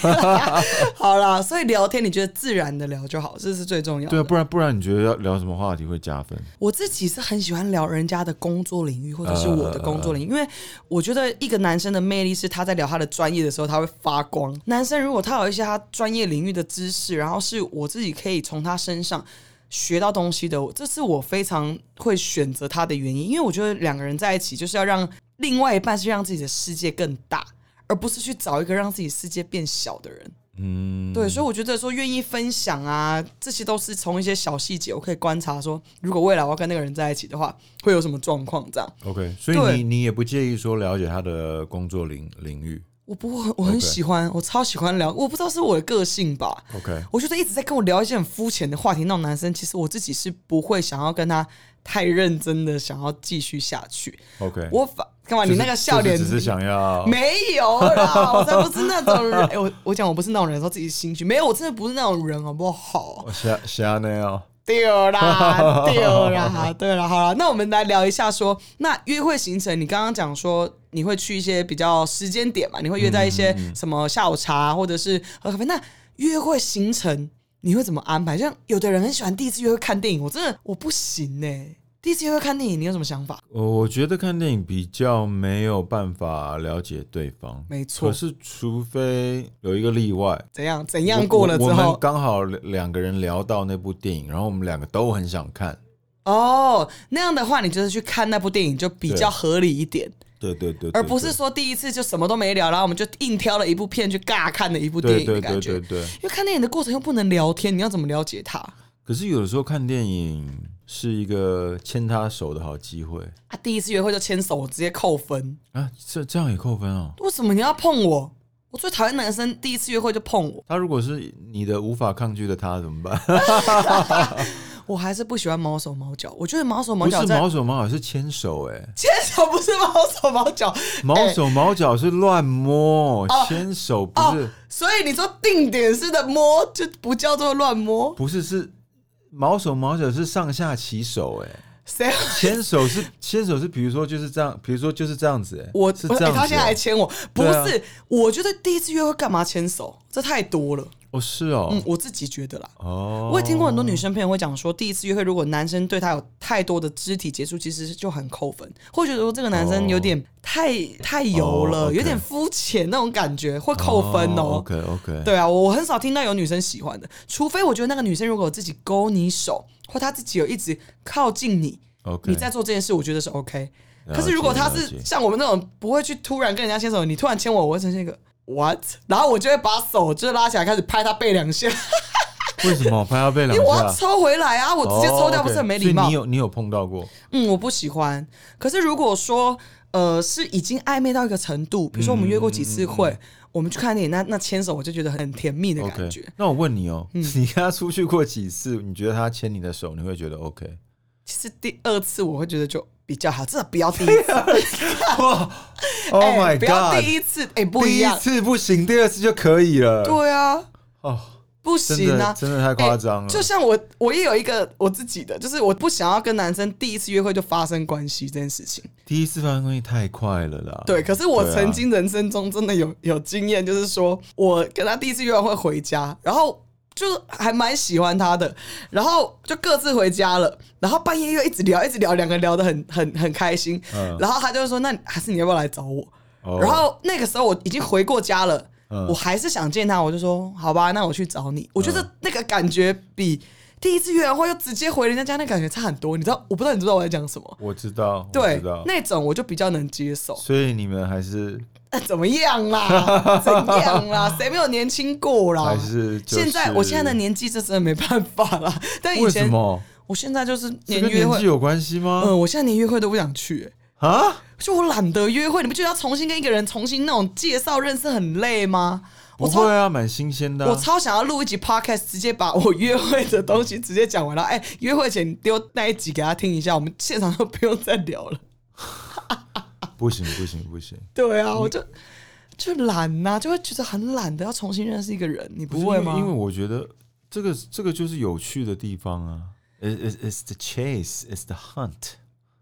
S2: 好啦，所以聊天你觉得自然的聊就好，这是最重要
S1: 对啊，
S2: 的。
S1: 不然不然你觉得要聊什么话题会加分？
S2: 我自己是很喜欢聊人家的工作领域或者是我的工作领域，因为我觉得一个男生的魅力是他在聊他的专业的时候他会发光。男生如果他有一些他专业领域的知识，然后是我自己可以从他身上。学到东西的，这是我非常会选择他的原因，因为我觉得两个人在一起就是要让另外一半是让自己的世界更大，而不是去找一个让自己世界变小的人。
S1: 嗯，
S2: 对，所以我觉得说愿意分享啊，这些都是从一些小细节，我可以观察说，如果未来我要跟那个人在一起的话，会有什么状况这样。
S1: ，OK，所
S2: 对
S1: 以你你也不介意说了解他的工作领领域
S2: 我不会，我很
S1: OK
S2: 喜欢我超喜欢聊，我不知道是我的个性吧。
S1: ？OK，
S2: 我觉得一直在跟我聊一些很肤浅的话题，那种男生其实我自己是不会想要跟他太认真的想要继续下去。
S1: OK，
S2: 我反干嘛？
S1: 就是
S2: 你那个笑脸
S1: 就是只是想要
S2: 没有啦，我才不是那种人。哎、 我我讲我不是那种人，说自己心虚，没有，我真的不是那种人，好不好？
S1: 我瞎瞎那样。
S2: 对 啦，对啦，对啦，好了，那我们来聊一下说，那约会行程，你刚刚讲说你会去一些比较时间点嘛，你会约在一
S1: 嗯
S2: 些什么下午茶或者是喝咖啡，那约会行程你会怎么安排？像有的人很喜欢第一次约会看电影，我真的我不行呢、欸第一次约会看电影，你有什么想法？
S1: 呃，我觉得看电影比较没有办法了解对方，
S2: 没错
S1: 可是除非有一个例外，
S2: 怎样？怎样过了之
S1: 我我我们
S2: 后？
S1: 刚好两个人聊到那部电影，然后我们两个都很想看。
S2: 哦，那样的话，你就是去看那部电影就比较
S1: 对
S2: 合理一点。
S1: 对对对，对
S2: 而不是说第一次就什么都没聊，然后我们就硬挑了一部片去尬看的一部电
S1: 对
S2: 影的
S1: 对
S2: 感
S1: 对
S2: 觉。
S1: 对对。
S2: 因为看电影的过程又不能聊天，你要怎么了解他啊？
S1: 可是有的时候看电影是一个牵他手的好机会
S2: 啊第一次约会就牵手，我直接扣分。
S1: 啊，这这样也扣分哦。
S2: 为什么你要碰我？我最讨厌男生第一次约会就碰我，
S1: 他如果是你的无法抗拒的他怎么办？
S2: 我还是不喜欢毛手毛脚。我觉得毛手毛
S1: 不
S2: 脚
S1: 是
S2: 在
S1: 毛手毛脚，是牵手哎、
S2: 牵手不是毛手毛脚，
S1: 毛
S2: 哎
S1: 手毛脚是乱摸，牵手不是、
S2: 哦。所以你说定点式的摸就不叫做乱摸，
S1: 不是是毛手毛脚是上下其手哎、
S2: 谁？
S1: 牵手是牵手是，比如说就是这样，比如说就是这样子、哎，
S2: 我
S1: 是
S2: 我
S1: 这样
S2: 哎
S1: 子、
S2: 他现在还
S1: 哎
S2: 牵我，不
S1: 对啊
S2: 是？我觉得第一次约会干嘛牵手？这太多了。
S1: 哦是哦、
S2: 嗯，我自己觉得啦。
S1: 哦，
S2: 我也听过很多女生朋友会讲说，第一次约会如果男生对她有太多的肢体接触，其实就很扣分，会觉得说这个男生有点太、太油
S1: 哦
S2: 了
S1: ，OK
S2: 有点肤浅那种感觉，会扣分哦。
S1: OK OK，，
S2: 对啊，我很少听到有女生喜欢的，除非我觉得那个女生如果有自己勾你手，或她自己有一直靠近你
S1: OK
S2: 你在做这件事，我觉得是 OK。
S1: 了
S2: 可是如果
S1: 解
S2: 她
S1: 了
S2: 是
S1: 解
S2: 像我们那种不会去突然跟人家牵手，你突然牵我，我会呈现一个 what，然后我就会把手就是拉起来开始拍她背两下。
S1: 为什 么拍到背两
S2: 因为我要
S1: 下？
S2: 抽回来啊，我直接抽掉不是很没礼
S1: 哦，OK，
S2: 貌
S1: 所以你？有你有碰到过？
S2: 嗯，我不喜欢。可是如果说呃是已经暧昧到一个程度，比如说我们约过几次
S1: 嗯
S2: 会，我们去看电影，那那牵手我就觉得很甜蜜的
S1: OK，
S2: 感觉。嗯
S1: 那我问你哦，你跟他出去过几次？你觉得他牵你的手，你会觉得 OK？
S2: 其实第二次我会觉得就比较好，真的不要第一次
S1: 哇 ，Oh
S2: 哎
S1: my
S2: 不要
S1: God！
S2: 第一次，哎、不
S1: 第
S2: 一
S1: 一
S2: 样，
S1: 次不行，第二次就可以了。
S2: 对啊，
S1: 哦，
S2: 不
S1: 真
S2: 行啊
S1: 的，真的太夸张了。
S2: 就像我，我也有一个我自己的，就是我不想要跟男生第一次约会就发生关系这件事情。
S1: 第一次发生关系太快了啦。
S2: 对，可是我
S1: 对啊
S2: 曾经人生中真的有 有经验，就是说我跟他第一次约完会回家，然后就还蛮喜欢他的，然后就各自回家了，然后半夜又一直聊，一直聊，两个人聊得很很很开心，
S1: 嗯
S2: 然后他就说那还是你要不要来找我？
S1: 哦
S2: 然后那个时候我已经回过家了，
S1: 嗯
S2: 我还是想见他，我就说好吧，那我去找你。我觉得那个感觉比第一次约完会就直接回人家家那感觉差很多，你知道？我不知道你知道我在讲什么。
S1: 啊我知道，我
S2: 对
S1: 知道，。
S2: 那种我就比较能接受。
S1: 所以你们还是
S2: 哎 怎么样 啦？怎样啦？谁没有年轻过啦？
S1: 还是就是
S2: 现在我现在的年纪，这真的没办法啦。 但以
S1: 为什
S2: 前
S1: 么？
S2: 我现在就是
S1: 这
S2: 连
S1: 跟
S2: 约
S1: 年
S2: 会
S1: 纪，有关系吗？
S2: 嗯，我现在连约会都不想去、欸
S1: 啊？
S2: 就我懒得约会。你不觉得要重新跟一个人重新那种介绍认识很累吗？
S1: 不
S2: 我超
S1: 会啊，蛮新鲜的啊。
S2: 我超想要录一集 podcast，直接把我约会的东西直接讲完了。哎、约会前你丢那一集给他听一下，我们现场都不用再聊了。
S1: 不行不行不行，
S2: 对啊，我就就懒呐、就会觉得很懒得要重新认识一个人，你
S1: 是
S2: 不会
S1: 因为
S2: 吗？
S1: 因为我觉得这个这个就是有趣的地方啊。It it s the chase, it's the hunt。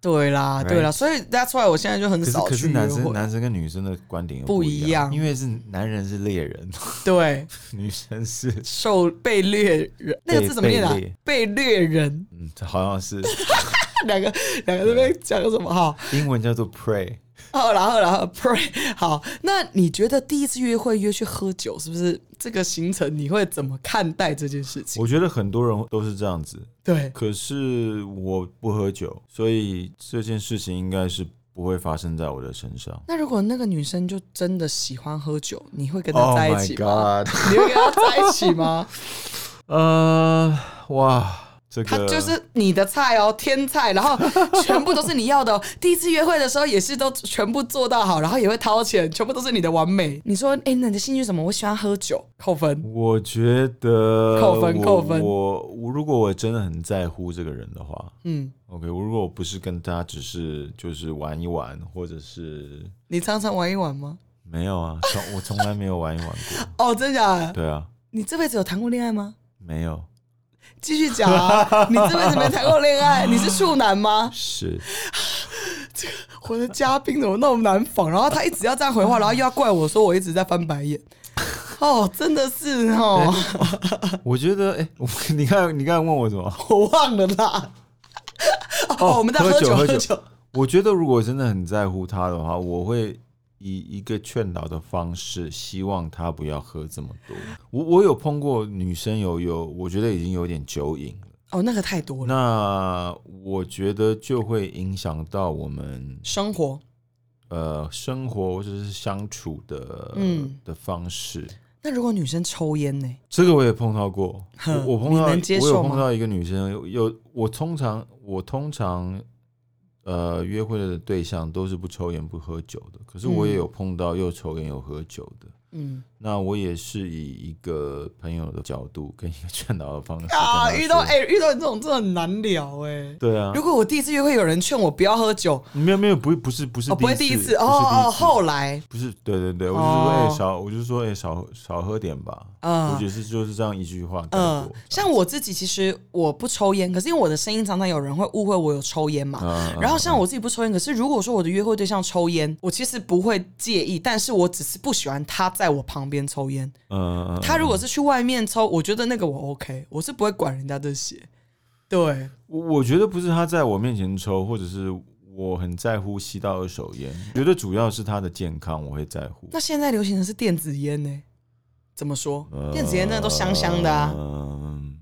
S2: 对啦，
S1: Right
S2: 对啦，所以 that's why 我现在就很
S1: 可是
S2: 少
S1: 可
S2: 去
S1: 是
S2: 约
S1: 男生
S2: 会。
S1: 男生跟女生的观点又
S2: 不一
S1: 一
S2: 样
S1: 因为是男人是猎人，
S2: 对，
S1: 女生是
S2: 受被掠 人，那个字怎么念啊
S1: 被掠？
S2: 被掠人，
S1: 嗯，好像是
S2: 两个两个在那边讲什么哈？
S1: 英文叫做 prey。
S2: 哦，然后然后 pray 好，那你觉得第一次约会约去喝酒，是不是这个行程你会怎么看待这件事情？
S1: 我觉得很多人都是这样子，
S2: 对，
S1: 可是我不喝酒，所以这件事情应该是不会发生在我的身上。
S2: 那如果那个女生就真的喜欢喝酒，你会跟她
S1: Oh
S2: 在一
S1: my
S2: 起吗？
S1: god！
S2: 你会跟她在一起吗？
S1: 呃，哇，这
S2: 它
S1: 个
S2: 就是你的菜哦，天菜，然后 全部都是你要的、哦。第一次约会的时候也是都全部做到好，然后也会掏钱，全部都是你的完美。你说，哎、那你的兴趣是什么？我喜欢喝酒，扣分。
S1: 我觉得
S2: 扣分
S1: 我
S2: 扣分
S1: 我我如果我真的很在乎这个人的话
S2: 嗯，
S1: ，OK，我如果我不是跟他只是就是玩一玩，或者是
S2: 你常常玩一玩吗？
S1: 没有啊，从我从来没有玩一玩过。
S2: 哦，真假的？
S1: 对啊，
S2: 你这辈子有谈过恋爱吗？
S1: 没有，
S2: 继续讲啊！你这辈子没谈过恋爱，你是处男吗？
S1: 是
S2: 我的嘉宾怎么那么难仿？然后他一直要这样回话，然后又要怪我说我一直在翻白 眼。哦，真的是哦，
S1: 我觉得，哎、我 你看，你刚才问我什么？
S2: 我忘了啦。 哦，我们在
S1: 喝
S2: 酒
S1: 喝
S2: 喝
S1: 酒。我觉得如果真的很在乎他的话，我会以一个劝导的方式，希望他不要喝这么多。我我有碰过女生有有，我觉得已经有点酒瘾了。
S2: 哦，那个太多了。
S1: 那我觉得就会影响到我们
S2: 生活，
S1: 呃生活或者是相处的、
S2: 嗯
S1: 的方式。
S2: 那如果女生抽烟呢？
S1: 这个我也碰到过，
S2: 哼
S1: 我我碰到
S2: 你能接受
S1: 我有
S2: 吗
S1: 碰到一个女生，有有我通常我通常呃约会的对象都是不抽烟不喝酒的，可是我也有碰到又抽烟又喝酒的。
S2: 嗯，
S1: 那我也是以一个朋友的角度跟一个劝导的方式跟
S2: 啊，
S1: 她
S2: 遇
S1: 说
S2: 到哎、遇到你这种真的很难聊哎、
S1: 对啊
S2: 如，果我第一次约会有人劝我不要喝酒，
S1: 没有没有不不是不是
S2: 哦，不会
S1: 第一
S2: 第一
S1: 次
S2: 次，哦哦，后
S1: 来
S2: 来，
S1: 不是对对对，我就说哎、
S2: 哦
S1: 少，我就说哎、少少喝点吧，
S2: 嗯
S1: 我只是就是这样一句话带
S2: 嗯
S1: 过，
S2: 像我自己其实我不抽烟，可是因为我的声音常常有人会误会我有抽烟
S1: 嗯
S2: 嘛。然后像我自己不抽烟，可是如果说我的约会对象抽烟，我其实不会介意，但是我只是不喜欢他在我旁边抽烟。
S1: 嗯嗯，
S2: 他如果是去外面抽，我觉得那个我 OK，我是不会管人家这些。对，
S1: 我我觉得不是他在我面前抽，或者是我很在乎吸到二手烟，觉得主要是他的健康，我会在乎。
S2: 那现在流行的是电子烟呢、怎么说？
S1: 呃
S2: 电子烟那都香香的啊。
S1: 嗯，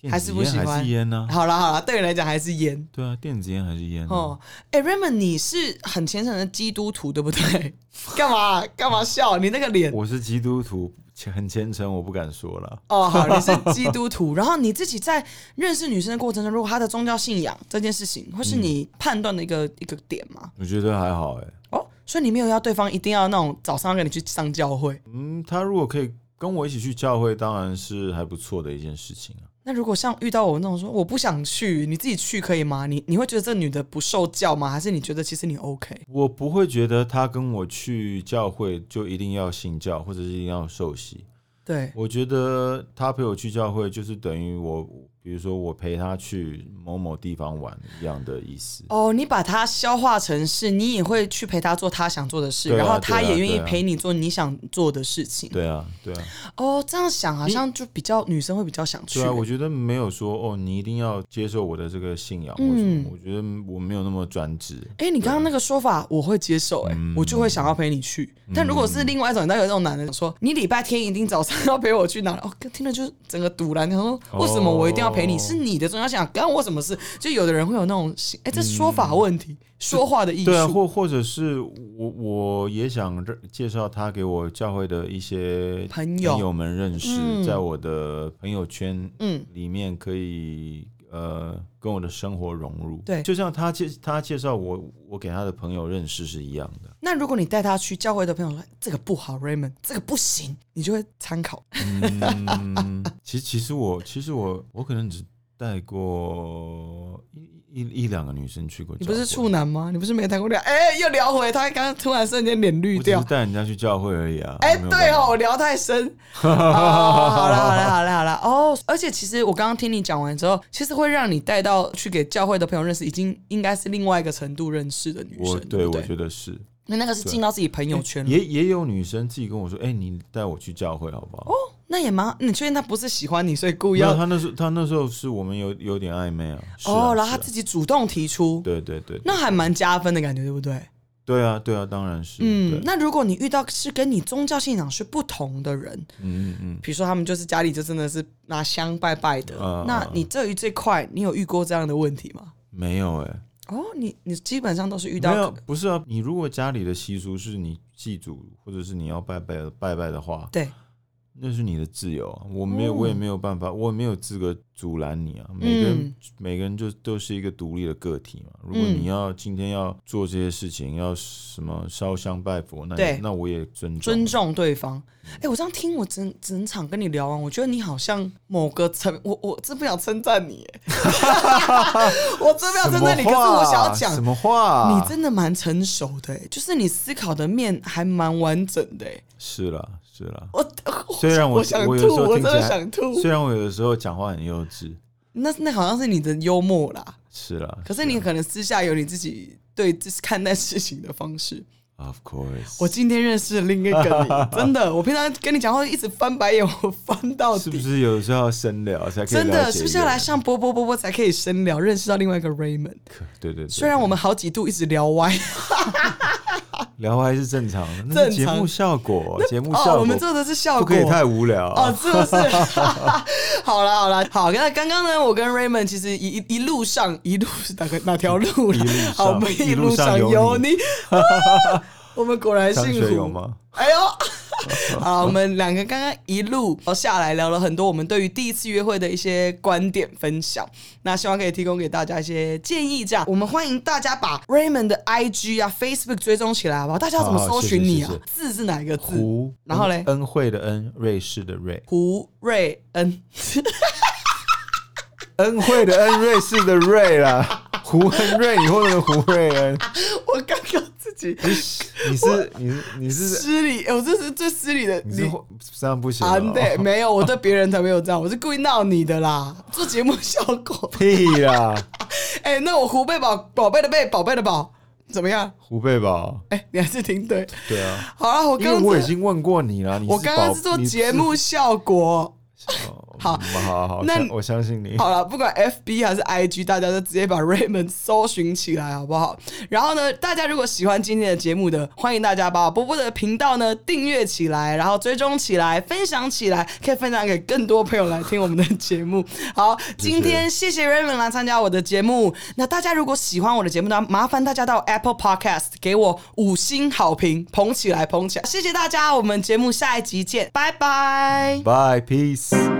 S1: 电子烟
S2: 还是不喜欢
S1: 还是烟呢、
S2: 好啦好啦，对你来讲还是烟
S1: 对啊，电子烟还是烟、
S2: 哦。哎、r a y m o n d 你是很虔诚的基督徒，对不对？ 干嘛干嘛笑？你那个脸
S1: 我是基督徒，虔很虔诚，我不敢说了。
S2: 哦，好，你是基督徒， 然后你自己在认识女生的过程中，如果她的宗教信仰这件事情，会
S1: 嗯
S2: 是你判断的一个、一个点吗？
S1: 我觉得还好哎、
S2: 哦，所以你没有要对方一定要那种早上要跟你去上教会。
S1: 嗯，他如果可以跟我一起去教会，当然是还不错的一件事情啊。
S2: 那如果像遇到我那种说我不想去，你自己去可以吗？你你会觉得这女的不受教吗？还是你觉得其实你 OK？
S1: 我不会觉得他跟我去教会就一定要信教，或者是一定要受洗。
S2: 对，
S1: 我觉得他陪我去教会，就是等于我，比如说我陪他去某某地方玩一样的意思。
S2: 哦，你把它消化成是，你也会去陪她做她想做的事，
S1: 对啊
S2: 然后她
S1: 对啊
S2: 也愿意
S1: 对啊
S2: 陪你做你想做的事情。
S1: 对啊，对啊，
S2: 哦，这样想好像就比较女生会比较想去
S1: 对。啊，我觉得没有说哦，你一定要接受我的这个信仰或什么。
S2: 嗯
S1: 我觉得我没有那么专制。
S2: 哎、你刚刚那个说法我会接受、欸，哎、
S1: 嗯
S2: 我就会想要陪你去。但如果是另外一种，你知道有一种男人说，你礼拜天一定早上要陪我去哪？哦，听了就是整个堵然。他说，为什么我一定要陪你？
S1: 哦
S2: 是你的重要想干我什么事？就有的人会有那种心，哎、这说法问题，说话的艺
S1: 嗯
S2: 术。
S1: 对啊，或或者是我我也想认介绍他给我教会的一些
S2: 朋友
S1: 们认识，
S2: 嗯
S1: 在我的朋友圈
S2: 嗯
S1: 里面可以呃跟我的生活融入。
S2: 对
S1: 就像他介他介绍我我给他的朋友认识是一样 的。
S2: 那如果你带他去教会的朋友说哎这个不好，Raymond，这个不行，你就会参考。
S1: 嗯，其实其实我其实我我可能只带过一一一两个女生去过教会，
S2: 你不是处男吗？你不是没谈过恋爱？哎、又聊回他刚刚突然瞬间脸绿
S1: 我只
S2: 掉
S1: 是。带人家去教会而已啊。
S2: 哎、
S1: 没有
S2: 对
S1: 办
S2: 哦，
S1: 法
S2: 我聊太深。 哦好了，好了，好了，好了。哦，而且其实我刚刚听你讲完之后，其实会让你带到去给教会的朋友认识，已经应该是另外一个程度认识的女生
S1: 我。对我
S2: 不对，
S1: 觉得是。
S2: 那那个是进到自己朋友圈了。
S1: 也也有女生自己跟我说：“哎、你带我去教会好不好？”哦，
S2: 那也蛮，你确定他不是喜欢你，所以故
S1: 不
S2: 意要？
S1: 他那时候他那时候是我们有有点暧昧啊。是啊
S2: 哦，然后他
S1: 是啊
S2: 自己主动提出，
S1: 对对对，
S2: 那还蛮加分的感觉，对不对？
S1: 对啊对啊，当然是。对
S2: 嗯，那如果你遇到是跟你宗教信仰是不同的人，
S1: 嗯嗯嗯，
S2: 比如说他们就是家里就真的是拿香拜拜的，
S1: 啊
S2: 那你对于这块，你有遇过这样的问题吗？
S1: 没有哎、
S2: 哦，你你基本上都是遇
S1: 没
S2: 到
S1: 有，不是啊。你如果家里的习俗是你祭祖或者是你要拜拜拜拜的话，
S2: 对
S1: 那是你的自由啊，我没有，
S2: 嗯
S1: 我也没有办法，我也没有资格阻拦你啊。每个人，每个人就都是一个独立的个体嘛。如果
S2: 嗯
S1: 你要今天要做这些事情，要什么烧香拜佛，那
S2: 对
S1: 那我也尊重
S2: 尊重对方。哎、我这样听我整整场跟你聊啊完，我觉得你好像某个层，我我真不想称赞你， 哎 我真不想称赞你，可是我想要讲
S1: 什，么话？啊
S2: 你真的蛮成熟的、哎就是你思考的面还蛮完整的、哎
S1: 是啦，是啦。
S2: 我 我
S1: 虽然我
S2: 我想
S1: 我有
S2: 吐，
S1: 时候
S2: 我
S1: 听
S2: 真
S1: 起
S2: 的
S1: 来
S2: 想吐。
S1: 虽然我有的时候讲话很幼稚，
S2: 那那好像是你的幽默啦，
S1: 是啦。
S2: 可是你可能私下有你自己对就是看待事情的方式。
S1: ，Of course，
S2: 我今天认识了另一个 你，真的，我平常跟你讲话一直翻白眼，我翻到底。
S1: 是不是有时候要深聊才可以
S2: 真的
S1: 了解
S2: 是不是要
S1: 一个
S2: 来
S1: 人？
S2: 上波波波波才可以深聊，认识到另外一个 Raymond？
S1: 对对对，
S2: 虽然我们好几度一直聊 歪，
S1: 聊还是正常的，那是
S2: 正
S1: 节
S2: 常
S1: 目效果，节目效
S2: 哦，
S1: 果，
S2: 我们做的是效
S1: 不
S2: 果，
S1: 可以太无聊啊。
S2: 哦，是不是？ 好啦好啦，好，那刚刚呢，我跟 Raymond 其实一一一路上一路是哪个哪条路啦
S1: 一路上
S2: 好，我们一路上
S1: 一路上
S2: 有
S1: 有
S2: 你，啊我们果然
S1: 张
S2: 幸
S1: 学友
S2: 福。
S1: 吗？
S2: 哎呦， 好，我们两个刚刚一路哦下来聊了很多我们对于第一次约会的一些观点分享，那希望可以提供给大家一些建议。这样，我们欢迎大家把 Raymond 的 IG 啊、Facebook 追踪起来，好不好？大家要怎么
S1: 好好
S2: 搜寻你啊？
S1: 是是
S2: 字是哪一个字？
S1: 胡，
S2: 嗯
S1: 嗯
S2: 然后嘞
S1: 恩惠的恩，瑞士的瑞，
S2: 胡瑞恩。
S1: 恩惠的恩，瑞士的瑞啦。 胡恩瑞，你或者胡瑞恩，
S2: 我刚刚自己
S1: 你是你是你是
S2: 失礼，哎我这是最失礼的。
S1: 你是这样不行
S2: 啊
S1: 哦，
S2: 对，没有，我对别人才没有这样，我是故意闹你的啦，做节目效果。
S1: 屁啦，
S2: 哎、那我胡贝宝，宝贝的贝，宝贝的宝，怎么样？
S1: 胡贝宝，
S2: 哎、你还是挺对。
S1: 对啊，
S2: 好了，我
S1: 因
S2: 刚
S1: 为
S2: 刚
S1: 我已
S2: 是
S1: 经问过你了，你
S2: 我刚刚
S1: 宝
S2: 是做
S1: 你
S2: 节目效果。
S1: 哦
S2: 好
S1: 嗯好好，
S2: 那
S1: 那我相信你。
S2: 好了，不管 FB 还是 IG，大家就直接把 Raymond 搜寻起来，好不好？然后呢，大家如果喜欢今天的节目的，欢迎大家把波波的频道呢订阅起来，然后追踪起来，分享起来，可以分享给更多朋友来听我们的节目。好，今天谢谢 Raymond 来参加我的节目。那大家如果喜欢我的节目呢，麻烦大家到 Apple Podcast 给我五星好评，捧起来，捧起来！谢谢大家，我们节目下一集见，拜拜。
S1: Bye, peace.